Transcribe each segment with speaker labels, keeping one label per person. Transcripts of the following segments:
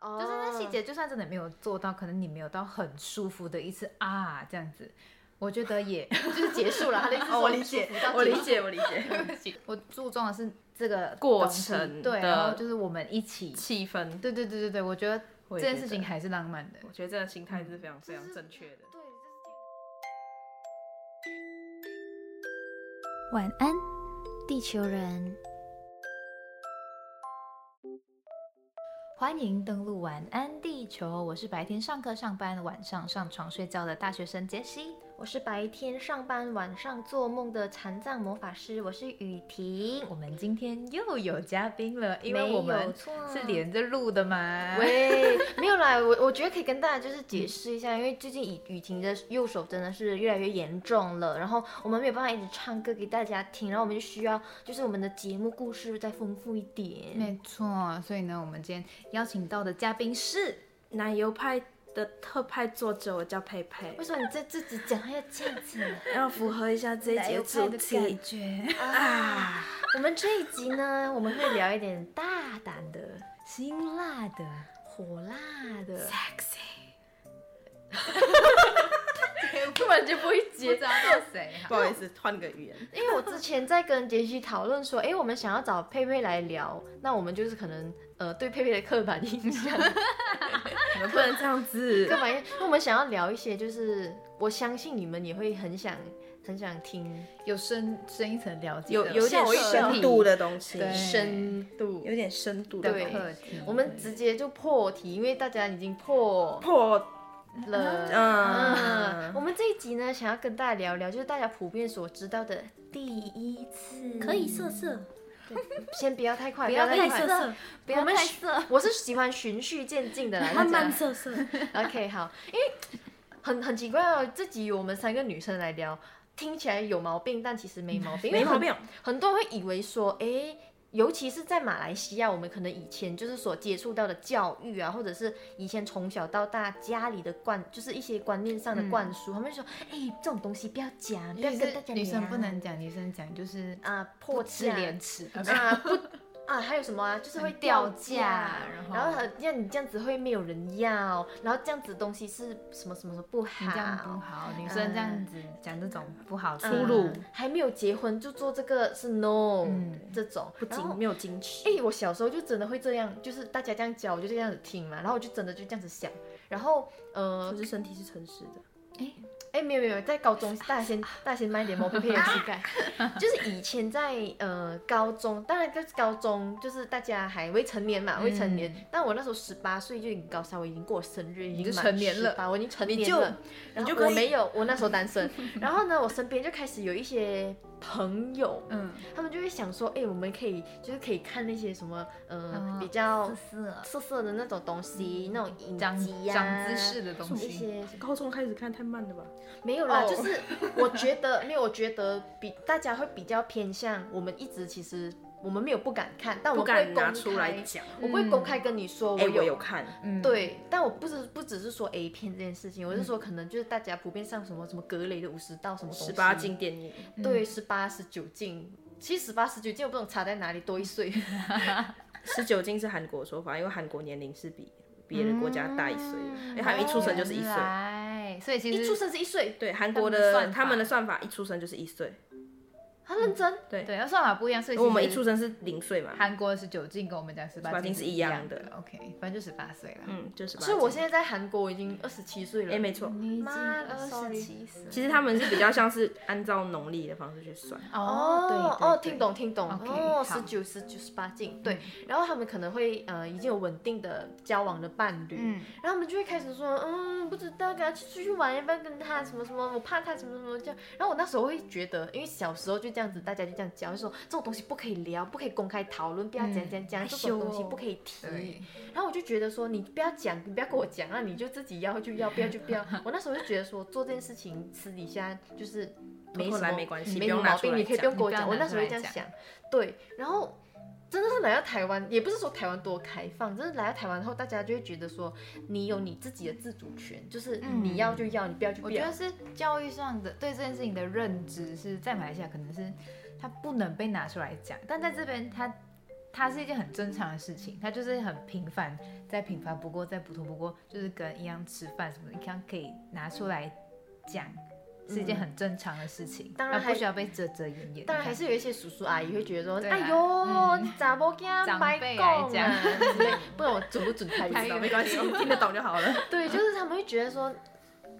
Speaker 1: 哦
Speaker 2: 就是那细节，就算真的没有做到，可能你没有到很舒服的一次啊这样子，我觉得也
Speaker 1: 就是结束了。他的意思是
Speaker 3: 哦，
Speaker 1: 说
Speaker 3: 我理解
Speaker 1: 舒服到，
Speaker 3: 我
Speaker 1: 结
Speaker 3: 理
Speaker 1: 束
Speaker 3: 解，我理解。
Speaker 2: 我注重的是这个
Speaker 3: 过
Speaker 2: 东西
Speaker 3: 程
Speaker 2: 对，
Speaker 3: 的
Speaker 2: 然后就是我们一起，
Speaker 3: 气氛，
Speaker 2: 对对对对对，我觉得
Speaker 3: 我
Speaker 2: 这
Speaker 3: 也觉
Speaker 2: 件事情
Speaker 3: 得
Speaker 2: 还是浪漫的。
Speaker 3: 我觉得这个心态是非常非常正确的。
Speaker 1: 对，就是
Speaker 4: 晚安，地球人。
Speaker 2: 欢迎登录晚安地球，我是白天上课上班，晚上上床睡觉的大学生杰西。
Speaker 1: 哦我是白天上班，晚上做梦的残障魔法师，我是雨婷。
Speaker 2: 我们今天又有嘉宾了，因为
Speaker 1: 没
Speaker 2: 我
Speaker 1: 有
Speaker 2: 们
Speaker 1: 错
Speaker 2: 是连着录的嘛。
Speaker 1: 喂， 没有啦，我我觉得可以跟大家就是解
Speaker 2: 嗯
Speaker 1: 释一下，因为最近雨雨婷的右手真的是越来越严重了，然后我们没有办法一直唱歌给大家听，然后我们就需要就是我们的节目故事再丰富一点。
Speaker 2: 没错，所以呢，我们今天邀请到的嘉宾是
Speaker 3: 奶油派的特派作者，我叫佩佩
Speaker 1: 为，什么你在自己讲要这样子？
Speaker 3: 要符合一下这一
Speaker 2: 奶
Speaker 3: 集
Speaker 2: 油
Speaker 3: 的
Speaker 2: 派
Speaker 3: 主
Speaker 2: 的
Speaker 3: 题
Speaker 2: 感 觉，
Speaker 3: 啊。
Speaker 1: 我们这一集呢，我们会聊一点大胆的、
Speaker 2: 辛辣的。
Speaker 1: 火辣的。
Speaker 3: 突然间不会
Speaker 2: 不知
Speaker 3: 接，
Speaker 2: 道到谁啊
Speaker 3: 不好意思，换个语言。
Speaker 1: 因为我之前在跟杰西讨论说，哎，我们想要找佩佩来聊，那我们就是可能呃对佩佩的刻板印象，
Speaker 3: 你们不能这样子
Speaker 1: 刻。 板印象，那我们想要聊一些，就是我相信你们也会很想很想听
Speaker 2: 有深深一层了解
Speaker 3: 有
Speaker 2: 的
Speaker 3: 有点
Speaker 1: 笑话
Speaker 3: 深度的东西，
Speaker 2: 对
Speaker 1: 深度。
Speaker 3: 有点深度的
Speaker 2: 的
Speaker 1: 对
Speaker 3: 东西
Speaker 2: 课题，
Speaker 1: 我们直接就破题，因为大家已经破
Speaker 3: 破
Speaker 1: 了。嗯，
Speaker 3: 嗯，
Speaker 1: 我们这一集呢，想要跟大家聊聊，就是大家普遍所知道的第一次，
Speaker 3: 可以色色，
Speaker 1: 先不要太快，
Speaker 2: 不要
Speaker 1: 太
Speaker 2: 太
Speaker 1: 快。
Speaker 2: 色色，不要
Speaker 1: 我们
Speaker 2: 太色，
Speaker 1: 我是喜欢循序渐进的啦，
Speaker 3: 慢
Speaker 1: 大
Speaker 3: 慢
Speaker 1: 家
Speaker 3: 色色。
Speaker 1: OK，好，因为很很奇怪哦，这集我们三个女生来聊，听起来有毛病，但其实没毛病，因为
Speaker 3: 没毛
Speaker 1: 很
Speaker 3: 病。
Speaker 1: 很多人会以为说，诶，尤其是在马来西亚，我们可能以前就是所接触到的教育啊，或者是以前从小到大家里的灌，就是一些观念上的灌
Speaker 3: 嗯
Speaker 1: 输，他们就说，诶，这种东西不要讲，不要
Speaker 2: 就
Speaker 1: 跟大
Speaker 2: 是
Speaker 1: 家
Speaker 2: 女生
Speaker 1: 聊
Speaker 2: 不能讲，女生讲就是
Speaker 1: 啊
Speaker 2: 不
Speaker 1: 破
Speaker 2: 知
Speaker 1: 价
Speaker 2: 廉耻，啊
Speaker 1: 啊不。啊，还有什么啊？就是会
Speaker 2: 很掉
Speaker 1: 价
Speaker 2: 价，然后
Speaker 1: 然后很像你这样子会没有人要，然后这样子东西是什么什么什么不好，
Speaker 2: 你这样不好，女生这样子讲这种不好，粗
Speaker 1: 嗯
Speaker 2: 鲁，
Speaker 1: 还没有结婚就做这个是 no，、
Speaker 2: 嗯
Speaker 1: 这种
Speaker 3: 不
Speaker 1: 然后
Speaker 3: 仅没有矜持，
Speaker 1: 哎、我小时候就真的会这样，就是大家这样教，我就这样子听嘛，然后我就真的就这样子想，然后呃
Speaker 3: 我，是身体是诚实的，
Speaker 1: 哎、没有没有，在高中大家先大家先慢一点，磨不配的膝 盖，就是以前在呃高中，当然就是高中，就是大家还未成年嘛，未成年，但我那时候十八岁就已经高三，我已经过生日，已经
Speaker 2: 嗯就
Speaker 1: 满
Speaker 2: 成年了
Speaker 1: 18我已经成
Speaker 3: 你
Speaker 1: 年
Speaker 3: 就
Speaker 1: 了，然后
Speaker 3: 就可
Speaker 1: 我
Speaker 3: 以
Speaker 1: 没有，我那时候单 身，然后呢，我身边就开始有一些朋友，
Speaker 2: 嗯，
Speaker 1: 他们就会想说，哎、我们可以就是可以看那些什么，呃，
Speaker 2: 哦
Speaker 1: 比较
Speaker 2: 色色，嗯
Speaker 1: 色色的那种东西，那种影
Speaker 2: 长
Speaker 1: 集呀、
Speaker 2: 长姿势的东
Speaker 1: 一
Speaker 2: 西，
Speaker 1: 些
Speaker 3: 高中开始看太慢了吧？
Speaker 1: 没有啦
Speaker 3: 哦
Speaker 1: 就是我觉得没有，我觉得比大家会比较偏向我们一直其实我们没有不敢看，但我
Speaker 3: 不
Speaker 1: 们会
Speaker 3: 敢
Speaker 1: 公
Speaker 3: 拿出来
Speaker 1: 开，
Speaker 3: 讲。
Speaker 1: 我不会公开跟你说我
Speaker 3: 哎，我
Speaker 1: 有
Speaker 3: 有看，
Speaker 2: 嗯，
Speaker 1: 对，但我不是不只是说 A 片这件事情，我是说可能就是大家普遍上什么什么格雷的五十道什么东西
Speaker 3: 十八禁嗯电影，
Speaker 1: 对，十八十九禁，其实十八十九禁我不懂差在哪里，多一岁。
Speaker 3: 嗯十九禁是韩国说法，因为韩国年龄是比别的国家大一岁的，
Speaker 2: 嗯
Speaker 3: 因为他们一出生就是一岁。
Speaker 2: 岁，所以其
Speaker 1: 一出
Speaker 2: 实
Speaker 1: 生是一岁，
Speaker 3: 对，韩国
Speaker 2: 哦他们的
Speaker 3: 的
Speaker 2: 算法
Speaker 3: 他们的算法一出生就是一岁，
Speaker 1: 他认真。
Speaker 2: 对，要算法不一样，所以
Speaker 3: 因为我们
Speaker 2: 其
Speaker 3: 一
Speaker 2: 实
Speaker 3: 出生是零岁嘛。
Speaker 2: 韩国的十九禁跟我们讲十八
Speaker 3: 18禁
Speaker 2: 是
Speaker 3: 是
Speaker 2: 一
Speaker 3: 一样
Speaker 2: 的
Speaker 3: 的
Speaker 2: ，OK，反正就十八岁了。
Speaker 3: 嗯，就是18
Speaker 1: 所以我现
Speaker 3: 禁
Speaker 1: 在在韩国已经二十七岁了。
Speaker 3: 哎，没错，
Speaker 2: 你已经
Speaker 1: 妈的
Speaker 2: 二
Speaker 1: ，sorry
Speaker 2: 十七岁，
Speaker 3: 其实他们是比较像是按照农历的方式去 算，
Speaker 1: 哦
Speaker 2: 对
Speaker 1: 哦，
Speaker 2: 对
Speaker 1: 听懂听懂
Speaker 2: OK，
Speaker 1: 哦，
Speaker 2: 好
Speaker 1: 十九十九十八禁，对，然后他们可能会呃已经有稳定的交往的伴侣，
Speaker 2: 嗯
Speaker 1: 然后他们就会开始说，嗯，不知道跟他去出去玩，要不要跟他什么什么，我怕他什么什么这样。然后我那时候会觉得，因为小时候就这样子，大家就这样教，就说这种东西不可以聊，不可以公开讨论，不要讲讲讲，这种东西不可以提。
Speaker 2: 嗯对，
Speaker 1: 然后我就觉得说，你不要讲，你不要跟我讲，啊那你就自己要就要，不要就不要。我那时候就觉得说，做这件事情私底下就是没
Speaker 3: 偷
Speaker 1: 什
Speaker 3: 偷来
Speaker 1: 么
Speaker 3: 没关系，
Speaker 1: 没
Speaker 3: 不
Speaker 1: 什么
Speaker 3: 用拿
Speaker 1: 毛
Speaker 3: 出
Speaker 1: 病，
Speaker 3: 来
Speaker 1: 你可以不用
Speaker 3: 讲。
Speaker 1: 跟我
Speaker 2: 你
Speaker 1: 讲。
Speaker 2: 不
Speaker 1: 我
Speaker 2: 要拿
Speaker 1: 那时候会这样想，对。然后真的是来到台湾，也不是说台湾多开放，真的来到台湾后，大家就会觉得说，你有你自己的自主权，就是
Speaker 2: 嗯
Speaker 1: 你要就要，你不要就
Speaker 2: 我
Speaker 1: 不
Speaker 2: 觉
Speaker 1: 要
Speaker 2: 得。是教育上的对这件事情的认知是在马来西亚可能是它不能被拿出来讲，但在这边它它是一件很正常的事情，它就是很平凡，再平凡不过，再普通不过，就是跟一样吃饭什么的，一样可以拿出来讲，是一件很正常的事情，
Speaker 1: 当然
Speaker 2: 而
Speaker 1: 还
Speaker 2: 不需要被遮遮掩掩。
Speaker 1: 当然还是有一些叔叔阿姨会觉得说，
Speaker 2: 对啊
Speaker 1: 哎呦，咋不跟
Speaker 2: 长
Speaker 1: 白
Speaker 2: 辈来
Speaker 1: 讲
Speaker 2: 讲
Speaker 1: 啊？之类不然我准不准台
Speaker 2: 还
Speaker 1: 语
Speaker 2: 有
Speaker 1: 没
Speaker 3: 没
Speaker 1: 关
Speaker 3: 关
Speaker 1: 系
Speaker 3: 系。，听得懂就好了。
Speaker 2: 嗯
Speaker 1: 对，就是他们会觉得说，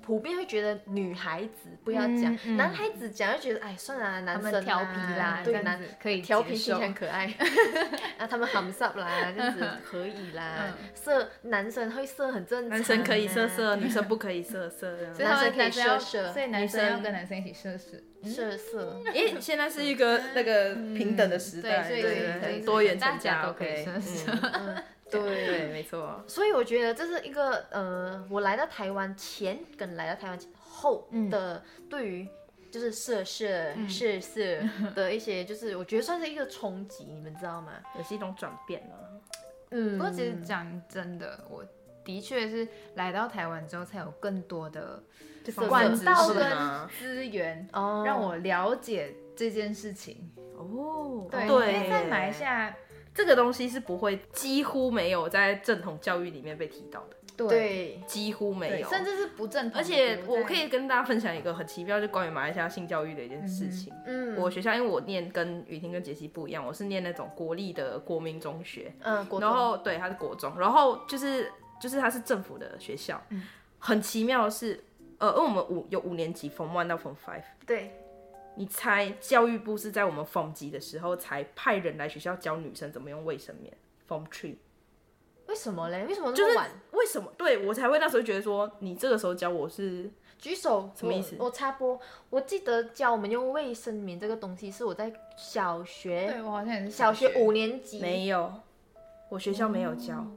Speaker 1: 普遍会觉得女孩子不要讲
Speaker 2: 嗯，嗯
Speaker 1: 男孩子讲就觉得哎算了啊，
Speaker 2: 他
Speaker 1: 男生
Speaker 2: 们
Speaker 1: 啊
Speaker 2: 调皮啦，这
Speaker 1: 对，
Speaker 2: 样
Speaker 1: 男
Speaker 2: 子可以
Speaker 1: 调皮听
Speaker 2: 接受
Speaker 1: 起来很可 爱，啊，他们 hums up 啦，这样子可以啦
Speaker 2: 嗯，
Speaker 1: 色男生会色很正常啊，
Speaker 3: 男生可以色色，女生不可以色色这 样
Speaker 2: 所以他
Speaker 1: 男生可以
Speaker 2: 们男生
Speaker 1: 射
Speaker 2: 要
Speaker 1: 射
Speaker 2: 所以男生
Speaker 3: 女
Speaker 2: 要
Speaker 3: 生
Speaker 2: 跟男生一起射射。
Speaker 1: 色色，
Speaker 3: 因为现在是一个那个平等的时
Speaker 2: 对
Speaker 3: 代，
Speaker 2: 所以
Speaker 3: 对
Speaker 2: 所以
Speaker 3: 对，多元
Speaker 2: 大
Speaker 3: 成
Speaker 2: 家
Speaker 3: 家
Speaker 2: 都可以
Speaker 3: OK，
Speaker 2: 生
Speaker 3: 嗯
Speaker 1: 嗯，对。
Speaker 3: 对，没错。
Speaker 1: 所以我觉得这是一个呃，我来到台湾前跟来到台湾后的
Speaker 2: 嗯
Speaker 1: 对于就是色色色 色的一些，就是我觉得算是一个冲击，你们知道吗？
Speaker 3: 也是一种转变了。
Speaker 1: 嗯，
Speaker 2: 不过其实讲真的，我的确是来到台湾之后才有更多的
Speaker 3: 方面
Speaker 2: 管
Speaker 1: 知识
Speaker 2: 道跟
Speaker 3: 嘛
Speaker 2: 资源，
Speaker 1: 哦，
Speaker 2: 让我了解这件事情。
Speaker 3: 哦，
Speaker 1: 对
Speaker 2: 因为在马来西亚，
Speaker 3: 这个东西是不会，几乎没有在正统教育里面被提到的，
Speaker 2: 对，
Speaker 1: 对，
Speaker 3: 几乎没有。
Speaker 2: 甚至是不正统
Speaker 3: 而
Speaker 2: 的
Speaker 3: 且
Speaker 2: 国
Speaker 3: 我
Speaker 2: 在
Speaker 3: 可以跟大家分享一个很奇妙，就关于马来西亚性教育的一件事情。
Speaker 1: 嗯，
Speaker 3: 我学校因为我念跟雨婷跟杰西不一样，我是念那种国立的国民中学，
Speaker 1: 嗯，国中
Speaker 3: 然后对，它是国中，然后就是就是它是政府的学校。
Speaker 1: 嗯
Speaker 3: 很奇妙的是，呃，因为我们五有五年级 f o One 到 f o Five，
Speaker 1: 对，
Speaker 3: 你猜教育部是在我们 f o 级的时候才派人来学校教女生怎么用卫生棉 f o Three。
Speaker 1: 为什么嘞？为什么
Speaker 3: 就
Speaker 1: 那么
Speaker 3: 是
Speaker 1: 晚？
Speaker 3: 为什么？对我才会那时候觉得说，你这个时候教我是
Speaker 1: 举手，
Speaker 3: 什么意思
Speaker 1: 我我插播，我记得教我们用卫生棉这个东西是我在小学
Speaker 2: 对我好像也是
Speaker 1: 小学五年级，
Speaker 3: 没有，我学校没有教。
Speaker 1: 哦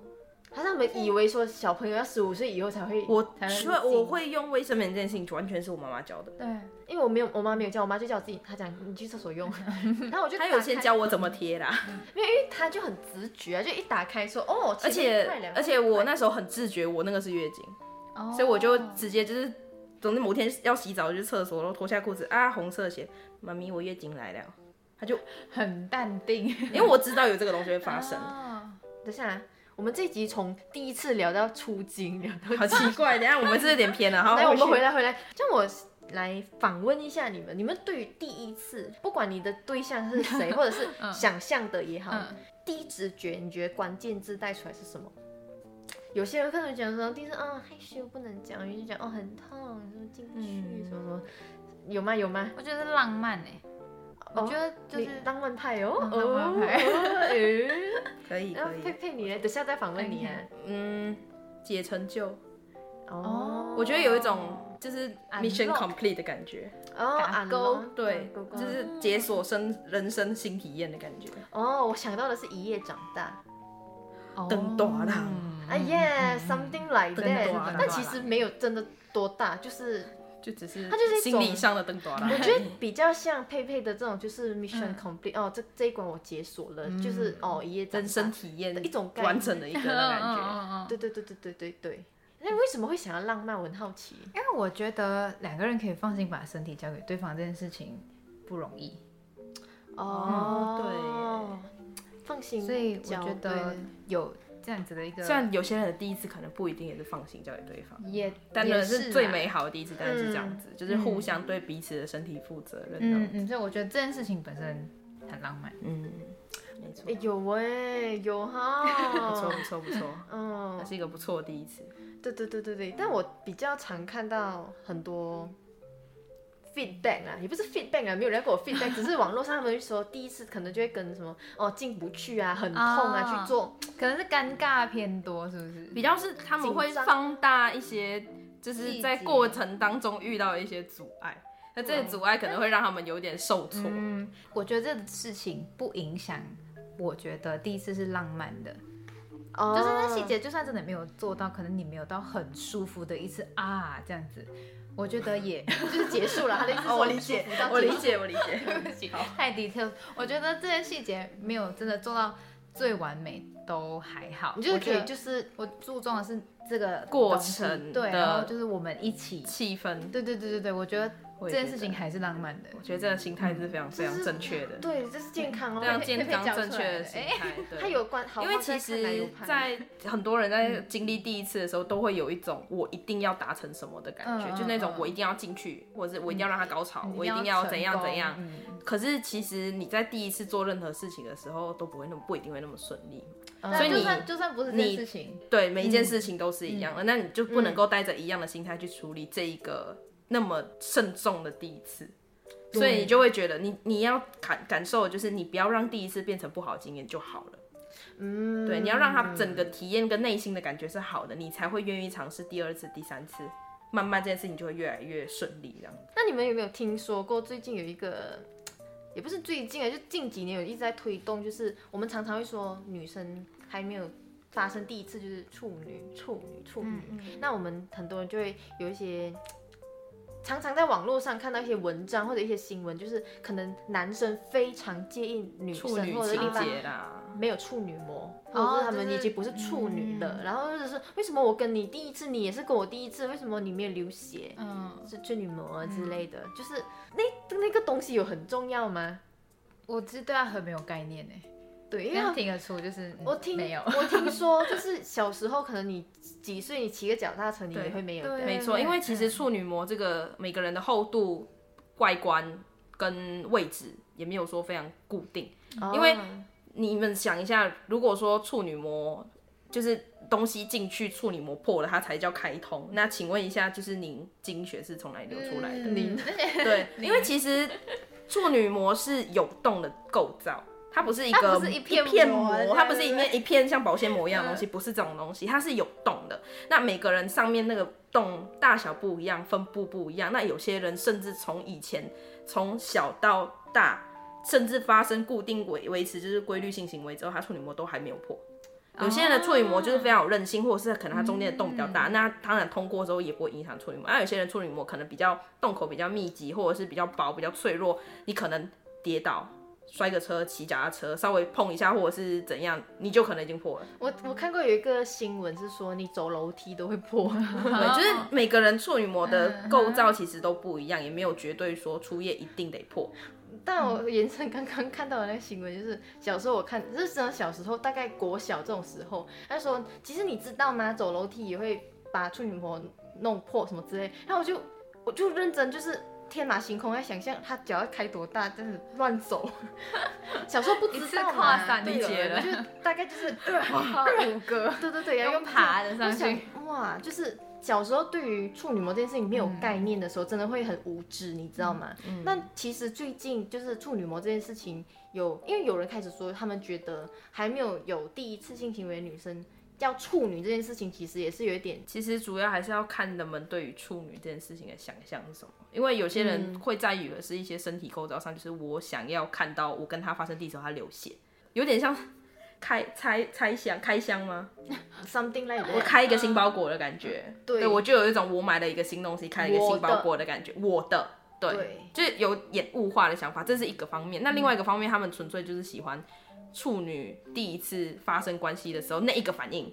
Speaker 1: 好像我们以为说小朋友要十五岁以后才会，
Speaker 3: 我
Speaker 2: 台湾
Speaker 3: 所以我会用卫生棉这件事情，完全是我妈妈教的。
Speaker 2: 对，
Speaker 1: 因为我没有，我妈没有教，我妈就叫我自己，她讲你去厕所 用，然后我就
Speaker 3: 她
Speaker 1: 打
Speaker 3: 有
Speaker 1: 开
Speaker 3: 先，教我怎么贴啦，
Speaker 1: 没有，因为她就很直觉啊，就一打开说哦，
Speaker 3: 而且而且我那
Speaker 1: 时
Speaker 3: 时候很自觉，我那个是月经，
Speaker 2: 哦
Speaker 3: 所以我就直接就是，总之某天要洗澡我就去厕所，然后脱下裤子啊，红色鞋，妈咪我月经来了，她就
Speaker 2: 很淡定，
Speaker 3: 因为我知道有这个东西会发生，
Speaker 2: 哦
Speaker 1: 候等下啊，我们这一集从第一次聊到出经，聊到
Speaker 3: 好奇怪，等一下我们是有点偏 了，好，
Speaker 1: 来，我们
Speaker 3: 哦去
Speaker 1: 回来回来，像我来访问一下你们，你们对于第一次，不管你的对象是谁，或者 是
Speaker 3: 嗯
Speaker 1: 想象的也好，
Speaker 2: 嗯
Speaker 1: 第一直觉，你觉得关键字带出来是什么？有些人可能讲说，第一次啊、害羞不能讲，有些人讲哦很痛，什么进去、
Speaker 3: 嗯
Speaker 1: 什么什么，有吗有吗？
Speaker 2: 我觉得是浪漫哎、
Speaker 1: 哦
Speaker 2: 我觉得就
Speaker 1: 你
Speaker 2: 是
Speaker 1: 浪漫派哦，
Speaker 2: 嗯浪漫派
Speaker 1: 哦，诶
Speaker 3: 可以
Speaker 1: 然
Speaker 3: 可
Speaker 1: 后佩
Speaker 3: 以，
Speaker 1: 佩你嘞，等下再访问你啊。
Speaker 3: 嗯，解成就，
Speaker 1: 哦，
Speaker 3: 我觉得有一种就是 mission
Speaker 2: Unlock
Speaker 3: complete 的感觉，
Speaker 1: 哦
Speaker 2: 打勾
Speaker 1: ，unlock，
Speaker 3: 对
Speaker 1: 打勾，
Speaker 3: 就是解锁生人生新体验的感觉。
Speaker 1: 哦，我想到的是一夜长大。
Speaker 2: 哦
Speaker 3: 长大啦
Speaker 2: 嗯
Speaker 1: 哎耶，something like
Speaker 3: 真的
Speaker 1: that
Speaker 3: 啊。
Speaker 1: 但其实没有真的多大，就是
Speaker 3: 就只是
Speaker 1: 它就是一种
Speaker 3: 心理上的灯短啦。
Speaker 1: 我觉得比较像佩佩的这种，就是 mission complete、哦，这这一关我解锁了，就是哦一夜长大
Speaker 3: 人生。体验
Speaker 1: 一种概念
Speaker 3: 完整的一个的 感觉。
Speaker 2: 嗯嗯嗯
Speaker 1: 对对对对对对对。那为什么会想要浪漫？我很好奇。
Speaker 2: 因为我觉得两个人可以放心把身体交给对方这件事情不容易，
Speaker 1: 哦，对，放心
Speaker 2: 所以我
Speaker 1: 交
Speaker 2: 觉得
Speaker 1: 对
Speaker 2: 有这样子的一
Speaker 1: 嗯
Speaker 2: 个，
Speaker 3: 虽然有些人的第一次可能不一定也是放心交给对方，
Speaker 2: 也
Speaker 3: 但
Speaker 2: 也
Speaker 3: 人
Speaker 2: 是
Speaker 3: 是最
Speaker 2: 啦
Speaker 3: 美好的第一次，当然是这样子，
Speaker 1: 啊
Speaker 3: 就是互相对彼此的身体负责任这
Speaker 2: 嗯
Speaker 3: 样子。
Speaker 2: 嗯，所以我觉得这件事情本身很浪漫。
Speaker 3: 嗯，没错，
Speaker 1: 诶哎有喂、有
Speaker 3: 不错
Speaker 1: 哈。
Speaker 3: 不错不错，
Speaker 1: 嗯
Speaker 3: 那，是一个不错的第一次。
Speaker 1: 对对对对
Speaker 3: 嗯
Speaker 1: 对，但我比较常看到很多 feedback 啊，也不是 feedback 啊，没有人给我 feedback，只是网络上他们说第一次可能就会跟什么哦进不去啊，很痛啊、
Speaker 3: 哦
Speaker 2: 啊
Speaker 1: 去做，
Speaker 2: 可能是尴尬偏多，是不是？
Speaker 3: 比较是他们会
Speaker 1: 紧张
Speaker 3: 放大一些，就是
Speaker 2: 细
Speaker 3: 在
Speaker 2: 节
Speaker 3: 过程当中遇到的一些阻碍，那这些阻碍可能会让他们有点受挫。
Speaker 2: 嗯，我觉得这个事情不影响。我觉得第一次是浪漫的，
Speaker 1: 哦
Speaker 2: 就是那细节，就算真的没有做到，可能你没有到很舒服的一次啊这样子，我觉得也
Speaker 1: 就是结束了。他的意思是 说舒服到
Speaker 3: 哦我
Speaker 1: 结束
Speaker 3: 理解，我理解。
Speaker 2: 对不起，太 detail。我觉得这些细节没有真的做到最完美，都还好。
Speaker 1: 你就是
Speaker 2: 我
Speaker 1: 可
Speaker 2: 觉
Speaker 1: 以
Speaker 2: 得
Speaker 1: 就是
Speaker 2: 我注重的是这个
Speaker 3: 过
Speaker 2: 东西
Speaker 3: 程
Speaker 2: 对，
Speaker 3: 的
Speaker 2: 然后就是我们一起。
Speaker 3: 气氛
Speaker 2: 对对对对对，我觉得
Speaker 3: 我
Speaker 2: 这
Speaker 3: 也觉
Speaker 2: 件
Speaker 3: 得
Speaker 2: 事情还是浪漫的。
Speaker 3: 我觉得这个心态是非常非常正确的，
Speaker 1: 对，这是健康哦
Speaker 3: 非。常
Speaker 2: 嗯被
Speaker 3: 健
Speaker 2: 被
Speaker 3: 康
Speaker 2: 教
Speaker 3: 正
Speaker 2: 出
Speaker 3: 确
Speaker 2: 来
Speaker 3: 的
Speaker 2: 的
Speaker 3: 心
Speaker 2: 哎
Speaker 3: 态。对
Speaker 1: 它有关，好
Speaker 3: 因为
Speaker 1: 像
Speaker 3: 其
Speaker 1: 在看奶油
Speaker 3: 实，
Speaker 1: 盘
Speaker 3: 在 很多人在
Speaker 2: 嗯
Speaker 3: 经历第一次的时候，都会有一种我一定要达成什么的感觉，
Speaker 2: 嗯嗯
Speaker 3: 就是那种
Speaker 2: 嗯
Speaker 3: 我一定要进去，或者是我一定要让它高潮，
Speaker 2: 你
Speaker 3: 我一定要
Speaker 2: 成
Speaker 3: 怎样
Speaker 2: 功
Speaker 3: 怎样。
Speaker 2: 嗯
Speaker 3: 可是其实你在第一次做任何事情的时候，都不会那么不一定会那么顺利。
Speaker 1: 嗯
Speaker 3: 所以
Speaker 2: 就
Speaker 3: 你
Speaker 2: 算就算不是这
Speaker 3: 你
Speaker 2: 件事情，
Speaker 3: 对，每一件事情都是一
Speaker 1: 嗯
Speaker 3: 样的，那你就不能够带着一样的心态去处理这一个那么慎重的第一次。所以你就会觉得你你要感感受，就是你不要让第一次变成不好的经验就好了。
Speaker 1: 嗯，
Speaker 3: 对，你要让他整个体验跟内心的感觉是好的，你才会愿意尝试第二次、第三次，慢慢这件事情就会越来越顺利这样。
Speaker 1: 那你们有没有听说过最近有一个，也不是最近啊，就近几年有一直在推动，就是我们常常会说女生还没有发生第一次就是处女、处女、处
Speaker 3: 嗯
Speaker 1: 女。那我们很多人就会有一些。常常在网络上看到一些文章或者一些新闻，就是可能男生非常介意女生
Speaker 3: 处女
Speaker 1: 或者另
Speaker 3: 情
Speaker 1: 外
Speaker 3: 节啦，
Speaker 1: 没有处女膜，
Speaker 2: 哦
Speaker 1: 或者是他们
Speaker 2: 就是
Speaker 1: 已经不是处女了，
Speaker 3: 嗯
Speaker 1: 然后或者是为什么我跟你第一次，你也是跟我第一次，为什么你没有流血？
Speaker 2: 嗯，
Speaker 1: 是处女膜啊之类的，就是那那个东西有很重要吗？
Speaker 2: 我其实对他很没有概念呢，
Speaker 1: 对，因
Speaker 2: 因
Speaker 3: 啊
Speaker 1: 为
Speaker 2: 为
Speaker 1: 它
Speaker 2: 听得出就是嗯
Speaker 1: 我听
Speaker 2: 没有，
Speaker 1: 我听说就是小时候可能你几岁你骑个脚踏车你也
Speaker 3: 对
Speaker 1: 会没有的，
Speaker 2: 对嗯
Speaker 3: 没错，因为其实处女膜这个每个人的厚度、外观跟位置也没有说非常固定。
Speaker 1: 哦
Speaker 3: 因为你们想一下，如果说处女膜就是东西进去，处女膜破了，它才叫开通。那请问一下，就是您经血是从哪里流
Speaker 2: 嗯
Speaker 3: 出来的？
Speaker 1: 零
Speaker 3: 对，因为其实处女膜是有洞的构造，它不是一
Speaker 2: 它
Speaker 3: 个
Speaker 2: 不是一
Speaker 3: 一
Speaker 2: 片
Speaker 3: 片
Speaker 2: 膜对对
Speaker 3: 膜，它不是一
Speaker 2: 对嗯
Speaker 3: 面一片像保鲜膜一样的东西，不是这种东西，它是有洞的。那每个人上面那个洞大小不一样，分布不一样。那有些人甚至从以前从小到大，甚至发生固定维维持就是规律性行为之后，他处女膜都还没有破。有些人的处女膜就是非常有韧性，或者是可能它中间的洞比较大，那当然通过之后也不会影响处女嗯膜。那有些人处女膜可能比较洞口比较密集，或者是比较薄、比较脆弱，你可能跌倒、摔个车、骑脚踏车，稍微碰一下或者是怎样，你就可能已经破了。
Speaker 1: 我我看过有一个新闻是说你走楼梯都会破，
Speaker 3: 对， 就是每个人处女膜的构造其实都不一样，也没有绝对说初夜一定得破。
Speaker 1: 但我延伸刚刚看到的那个新闻，就是小时候我看，就是真的小时候，大概国小这种时候，他说，其实你知道吗？走楼梯也会把处女膜弄破什么之类。然后我就我就认真就是天马行空在想象他脚要开多大，真的乱 走。小时候不
Speaker 2: 一
Speaker 1: 知
Speaker 2: 次
Speaker 1: 道
Speaker 2: 跨
Speaker 1: 嘛，
Speaker 2: 三
Speaker 1: 对
Speaker 2: 节
Speaker 1: 的，
Speaker 2: 了
Speaker 1: 就大概就是
Speaker 2: 跨 五个，
Speaker 1: 对对对，要用
Speaker 2: 用爬的上去。
Speaker 1: 我想哇，就是小时候对于处女膜这件事情没有
Speaker 3: 嗯
Speaker 1: 概念的时候，真的会很无知，你知道吗？那其实最近就是处女膜这件事情有，因为有人开始说，他们觉得还没有有第一次性行为的女生。叫处女这件事情，其实也是有一点
Speaker 3: 其实主要还是要看人们对于处女这件事情的想象是什么，因为有些人
Speaker 1: 嗯
Speaker 3: 会在意的是一些身体构造上，就是我想要看到我跟他发生第一次他流血，有点像开拆拆箱开箱吗？
Speaker 1: something like
Speaker 3: 我
Speaker 1: that。
Speaker 3: 开一个新包裹的感觉，
Speaker 1: 对
Speaker 3: 我就有一种我买了一个新东西，开了一个新包裹的感觉，我的，对，
Speaker 1: 对
Speaker 3: 就是有点物化的想法，这是一个方面。那另外一个方面，他们纯粹就是喜欢处女第一次发生关系的时候那一个反应，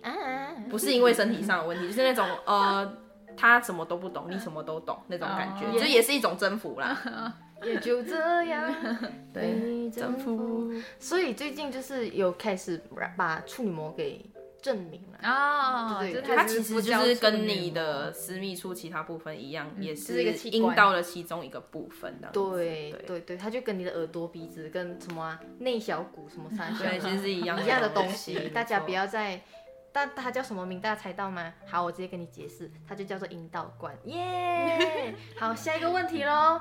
Speaker 3: 不是因为身体上的问题，就是那种呃，他什么都不懂，你什么都懂那种感觉，
Speaker 2: 哦
Speaker 3: 这也是一种征服啦，
Speaker 1: 也就这样，
Speaker 3: 对，
Speaker 1: 征
Speaker 3: 征服。
Speaker 1: 所以最近就是有开始把处女膜给证明了。
Speaker 2: 哦，
Speaker 1: 对
Speaker 2: 就是
Speaker 1: 对
Speaker 3: 它
Speaker 2: 就
Speaker 3: 其
Speaker 2: 不
Speaker 3: 实就
Speaker 2: 叫
Speaker 3: 是
Speaker 2: 处
Speaker 3: 跟
Speaker 2: 女
Speaker 3: 你
Speaker 2: 膜
Speaker 3: 的私密处其他部分一样，也
Speaker 2: 就是一个器
Speaker 3: 阴
Speaker 2: 官
Speaker 3: 道的其中一个部分的。
Speaker 1: 对
Speaker 3: 对
Speaker 1: 对对，它就跟你的耳朵、鼻子跟什么啊内小骨什么三小
Speaker 3: 对，其实是一样
Speaker 1: 一样的东
Speaker 3: 没
Speaker 1: 西，
Speaker 3: 错
Speaker 1: 大家不要再。但它叫什么名？大家猜到吗？好，我直接跟你解释，它就叫做阴道管，耶、好，下一个问题喽。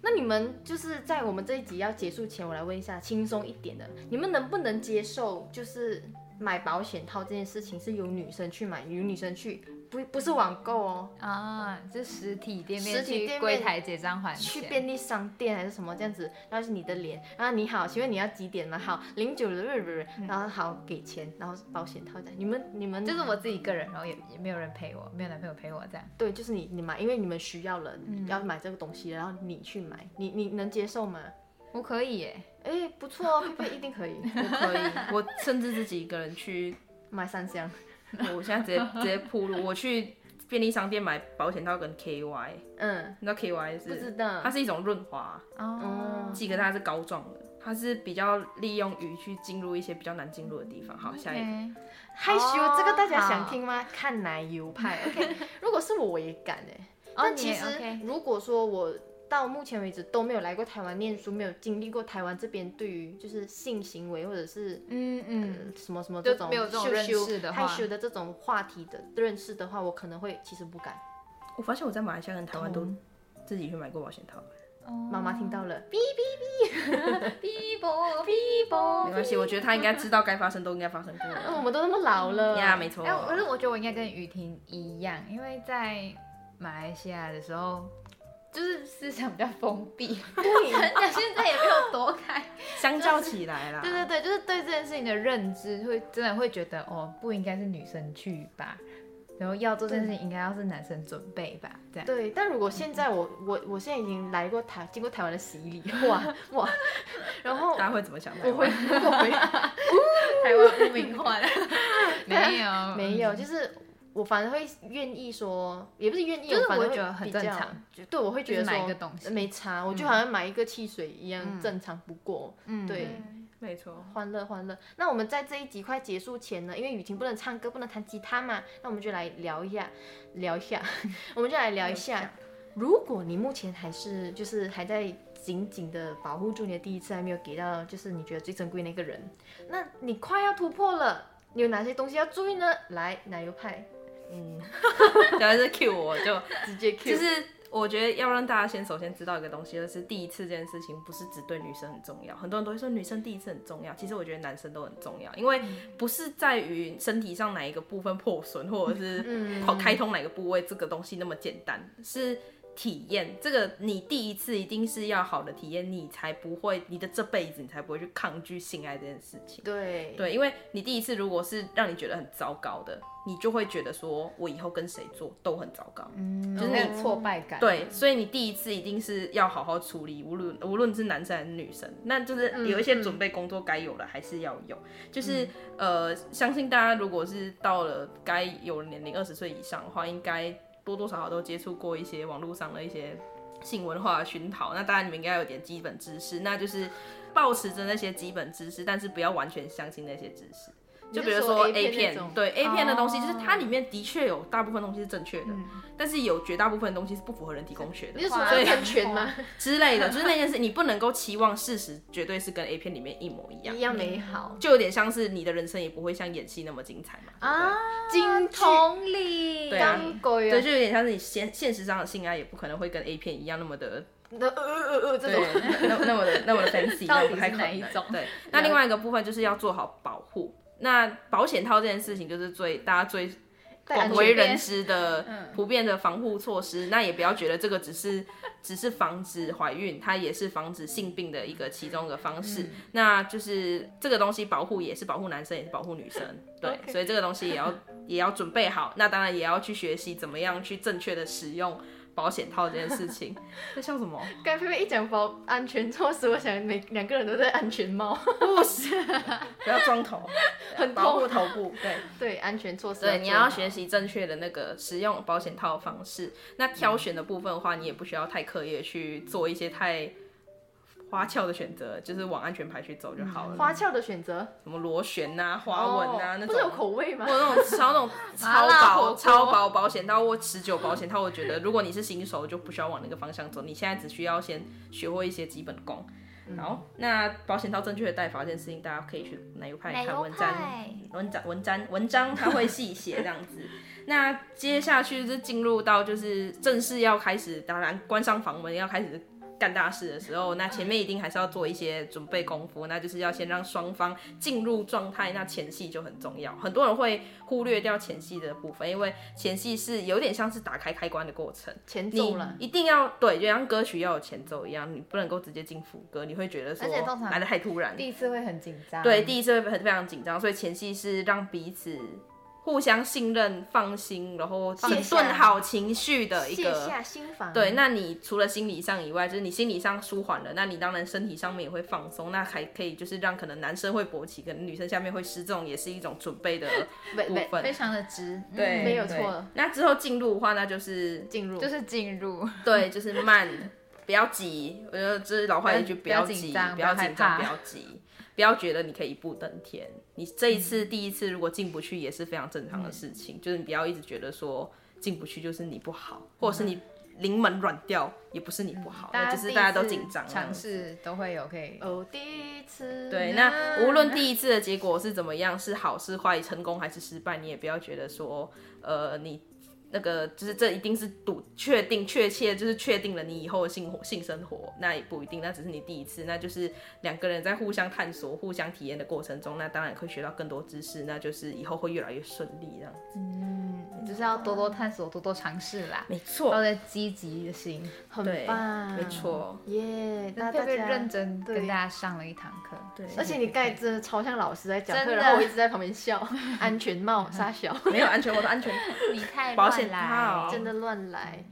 Speaker 1: 那你们就是在我们这一集要结束前，我来问一下轻松一点的，你们能不能接受就是买保险套这件事情是由女生去买，由女生去，不不是网购哦，
Speaker 2: 啊，就实体店
Speaker 1: 实
Speaker 2: 面
Speaker 1: 体
Speaker 2: 去
Speaker 1: 店
Speaker 2: 柜
Speaker 1: 面
Speaker 2: 台结账还
Speaker 1: 去
Speaker 2: 钱。
Speaker 1: 便利商店还是什么这样子，然后是你的脸，然后你好，请问你要几点吗？好，零九的日日，然后好给钱，然后保险套的，你们你们
Speaker 2: 就是我自己一个人，然后也也没有人陪我，没有男朋友陪我这样。
Speaker 1: 对，就是你你买，因为你们需要了，要买这个东西，然后你去买，你你能接受吗？
Speaker 2: 我可以耶，
Speaker 1: 哎，不错哦，佩佩一定可以
Speaker 3: 我可以，我甚至自己一个人去，
Speaker 1: 买三箱。
Speaker 3: 我现在直接直接铺路，我去便利商店买保险套跟 KY，
Speaker 1: 嗯，
Speaker 3: 你知道 KY
Speaker 1: 不知
Speaker 3: 是
Speaker 1: 道
Speaker 3: 它，是一种润滑，
Speaker 1: 嗯
Speaker 2: 哦，
Speaker 3: 记得它是膏状的，它是比较利用于去进入一些比较难进入的地方。好，下一个。
Speaker 2: OK
Speaker 1: 害羞
Speaker 2: 哦
Speaker 1: 这个大家想
Speaker 2: 好
Speaker 1: 听吗？看奶油 派，OK，如果是我我也敢哎、
Speaker 2: 哦
Speaker 1: 但
Speaker 2: 你
Speaker 1: 其
Speaker 2: 也
Speaker 1: 实
Speaker 2: OK
Speaker 1: 如果说我到目前为止都没有来过台湾念书，没有经历过台湾这边对于就是性行为或者是
Speaker 2: 嗯嗯，
Speaker 1: 嗯什么什么
Speaker 2: 就
Speaker 1: 这种
Speaker 2: 没有这种
Speaker 1: 羞
Speaker 2: 认
Speaker 1: 羞
Speaker 2: 识的
Speaker 1: 害
Speaker 2: 话
Speaker 1: 羞的这种话题的认识的话，我可能会其实不敢。
Speaker 3: 我发现我在马来西亚跟台湾都自己去买过保险套，
Speaker 1: 妈妈听到
Speaker 2: 嗯
Speaker 1: 了，哔
Speaker 2: 哔啵哔啵
Speaker 3: 没关系，我觉得他应该知道该发生都应该发生过
Speaker 1: 呃
Speaker 3: 了。
Speaker 1: 我们都那么老了
Speaker 3: 呀，没错
Speaker 2: 哎，。可是我觉得我应该跟雨婷一样，因为在马来西亚的时候，就是思想比较封闭，
Speaker 1: 对，
Speaker 2: 那 现在也没有多开。
Speaker 3: 相较起来啦，
Speaker 2: 对对对，就是对这件事情的认知会真的会觉得哦，不应该是女生去吧，然后要做这件事情应该要是男生准备吧，这样。
Speaker 1: 对，但如果现在我我我现在已经来过台，经过台湾的洗礼，哇哇， 然后
Speaker 3: 大家会怎么想？
Speaker 1: 我会我会
Speaker 2: 台湾污名化了， 没有
Speaker 1: 没有，，就是我反而会愿意说，也不是愿意，
Speaker 2: 就是
Speaker 1: 我反而
Speaker 2: 我觉得很
Speaker 1: 比较
Speaker 2: 正常，
Speaker 1: 就对我会觉得
Speaker 2: 就是买
Speaker 1: 说
Speaker 2: 一个东西
Speaker 1: 没差，我就好像买一个汽水一样
Speaker 2: 嗯
Speaker 1: 正常不过，
Speaker 2: 嗯
Speaker 1: 对。
Speaker 3: 没错。
Speaker 1: 欢乐欢乐。那我们在这一集快结束前呢，因为雨婷不能唱歌，不能弹吉他嘛，那我们就来聊一下，聊一下， 我们就来聊一下。如果你目前还是就是还在紧紧的保护住你的第一次，还没有给到就是你觉得最珍贵那个人，那你快要突破了，你有哪些东西要注意呢？来，奶油派
Speaker 3: 嗯，主要是 cue 我就
Speaker 1: 直接 Q，
Speaker 3: 就是我觉得要让大家先首先知道一个东西，就是第一次这件事情不是只对女生很重要。很多人都会说女生第一次很重要，其实我觉得男生都很重要，因为不是在于身体上哪一个部分破损，或者是
Speaker 1: 嗯
Speaker 3: 跑开通哪个部位这个东西那么简单，是。体验这个，你第一次一定是要好的体验，你才不会，你的这辈子你才不会去抗拒性爱这件事情。
Speaker 1: 对
Speaker 3: 对，因为你第一次如果是让你觉得很糟糕的，你就会觉得说我以后跟谁做都很糟糕。
Speaker 2: 嗯，
Speaker 3: 就是
Speaker 2: 那
Speaker 3: 你
Speaker 2: 种挫败感，
Speaker 3: 对，所以你第一次一定是要好好处理，无论无论是男生还是女生，那就是有一些准备工作该有的还是要有。就是、呃，相信大家如果是到了该有的年龄二十岁以上的话，应该多多少少都接触过一些网络上的一些性文化的熏陶。那当然你们应该有点基本知识，那就是保持着那些基本知识，但是不要完全相信那些知识。就比如说 A 片，对 A 片的东西，就是它里面的确有大部分东西是正确的，但是有绝大部分东西是不符合人体工学的
Speaker 1: 你是说
Speaker 2: 所以
Speaker 1: 安全 吗？
Speaker 3: 之类的，就是那件事，你不能够期望事实绝对是跟 A 片里面一模一样
Speaker 1: 一，样美好，
Speaker 3: 就有点像是你的人生也不会像演戏那么精彩嘛。啊，
Speaker 1: 精
Speaker 2: 同理，
Speaker 3: 对啊
Speaker 1: 当鬼
Speaker 3: 对，
Speaker 1: 啊，
Speaker 3: 就有点像是你现现实上的性爱也不可能会跟 A 片一样那么的
Speaker 1: 呃呃呃呃这
Speaker 3: 对
Speaker 1: 种，
Speaker 3: 那那么的那么的 fancy，
Speaker 2: 到
Speaker 3: 那
Speaker 2: 底
Speaker 3: 不太
Speaker 2: 是
Speaker 3: 可
Speaker 2: 哪一
Speaker 3: 能
Speaker 2: 种。
Speaker 3: 对，那另外一个部分就是要做好保护。那保险套这件事情就是最大家最
Speaker 1: 戴安
Speaker 3: 广
Speaker 1: 全
Speaker 3: 为
Speaker 1: 边
Speaker 3: 人知
Speaker 1: 嗯
Speaker 3: 的普遍的防护措施。那也不要觉得这个只是 只是防止怀孕，它也是防止性病的一个其中一个方式。
Speaker 1: 嗯
Speaker 3: 那就是这个东西保护也是保护男生，也是保护女生，对
Speaker 1: OK
Speaker 3: 所以这个东西也要 也要准备好。那当然也要去学习怎么样去正确的使用保险套这件事情。在笑什么？
Speaker 1: 刚才菲菲一讲保安全措施，我想每两个人都在安全帽，
Speaker 3: 不是，不要装头，
Speaker 1: 很
Speaker 3: 保
Speaker 1: 痛
Speaker 3: 护。头部，对。
Speaker 1: 对，安全措施。
Speaker 3: 对，你要学。习正确的那个使用保险套的方式。那挑选的部分的话，你也不需要太刻意地去做一些太花俏的选择，就是往安全牌去走就好了。
Speaker 1: 嗯花俏的选择，
Speaker 3: 什么螺旋呐、花纹呐、
Speaker 1: 哦
Speaker 3: 那
Speaker 1: 不
Speaker 3: 种。
Speaker 1: 是有口味吗
Speaker 3: 我？那种超那种
Speaker 2: 麻
Speaker 3: 超
Speaker 2: 辣火
Speaker 3: 薄
Speaker 2: 锅
Speaker 3: 超薄保险套或持久保险套，我觉得如果你是新手，就不需要往那个方向走。你现在只需要先学会一些基本功。
Speaker 4: 嗯
Speaker 3: 好，那保险套正确的戴法这件事情，大家可以去奶油派
Speaker 4: 奶
Speaker 3: 看
Speaker 4: 油
Speaker 3: 文章
Speaker 4: 派、
Speaker 3: 文章、文章、文章，他会细写这样子。 那接下去是进入到就是正式要开始，当然关上房门要开始干大事的时候，那前面一定还是要做一些准备功夫，那就是要先让双方进入状态，那前戏就很重要。很多人会忽略掉前戏的部分，因为前戏是有点像是打开开关的过程。
Speaker 1: 前奏
Speaker 3: 你
Speaker 1: 了，
Speaker 3: 一定要对，就像歌曲要有前奏一样，你不能够直接进副歌，你会觉得说
Speaker 2: 而且通常
Speaker 3: 来的太突然。
Speaker 2: 第一次会很紧张，
Speaker 3: 对，第一次会很非常紧张，所以前戏是让彼此互相信任、放心，然后
Speaker 1: 放
Speaker 3: 整
Speaker 1: 下
Speaker 3: 顿好情绪的一
Speaker 1: 卸
Speaker 3: 个
Speaker 1: 下心防。
Speaker 3: 对，那你除了心理上以外，就是你心理上舒缓了，那你当然身体上面也会放松，那还可以就是让可能男生会勃起，可能女生下面会湿，这种也是一种准备的
Speaker 1: 不
Speaker 3: 部
Speaker 1: 不，
Speaker 2: 非
Speaker 3: 分。
Speaker 2: 常的直，嗯
Speaker 3: 对
Speaker 1: 没有错，
Speaker 3: 那之后进入的话，那就是
Speaker 1: 进入
Speaker 2: 就是进入，
Speaker 3: 对，就是慢，不要急。我觉得这是老话一句，
Speaker 2: 不要
Speaker 3: 要
Speaker 2: 紧
Speaker 3: 急，
Speaker 2: 张
Speaker 3: 不要
Speaker 2: 不要
Speaker 3: 紧
Speaker 2: 害怕
Speaker 3: 张，不要急，不要觉得你可以一步登天。你这
Speaker 2: 嗯
Speaker 3: 一次、第一次如果进不去也是非常正常的事情，就是你不要一直觉得说进不去就是你不好，或
Speaker 2: 嗯
Speaker 3: 者是你临门软掉也不是你不好，那只是大家都
Speaker 2: 第一次
Speaker 3: 紧张啊了
Speaker 2: 尝试都会有可以。
Speaker 1: 哦，第一次。
Speaker 3: 对，那无论第一次的结果是怎么样，是好是坏，成功还是失败，你也不要觉得说，呃，你那个就是这一定是赌确定确切，就是确定了你以后的性活性生活，那也不一定，那只是你第一次，那就是两个人在互相探索、互相体验的过程中，那当然会学到更多知识，那就是以后会越来越顺利这样子。
Speaker 2: 就是要多多探索，多多尝试啦，
Speaker 3: 嗯没
Speaker 2: 抱
Speaker 3: 错，
Speaker 2: 着积极的心，
Speaker 1: 很
Speaker 3: 对
Speaker 1: 棒，
Speaker 3: 没错，
Speaker 1: 耶！那
Speaker 2: 特
Speaker 1: 大
Speaker 2: 别
Speaker 1: 家
Speaker 2: 认，真
Speaker 1: 对
Speaker 2: 跟大家上了一堂课。对
Speaker 1: 而且你刚才真的超像老师在讲课，
Speaker 2: 真的
Speaker 1: 然后我一直在旁边笑， 安全帽傻小，
Speaker 3: 没有安全，我的安全。
Speaker 2: 你太
Speaker 3: 保险
Speaker 2: 乱来
Speaker 3: 套
Speaker 1: 真的乱来。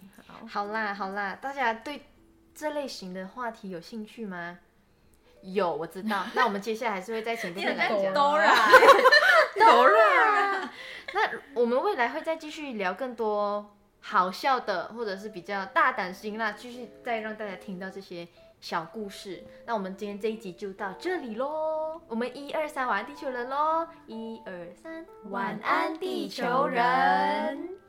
Speaker 1: 好啦好啦，大家对这类型的话题有兴趣吗？有，我知道。那我们接下来还是会再请贝贝来讲。
Speaker 2: 啦，
Speaker 3: 柔软，
Speaker 1: 那我们未来会再继续聊更多好笑的，或者是比较大胆辛辣，继续再让大家听到这些小故事。那我们今天这一集就到这里喽，我们一二三晚安地球人喽，一二三
Speaker 4: 晚安地球人。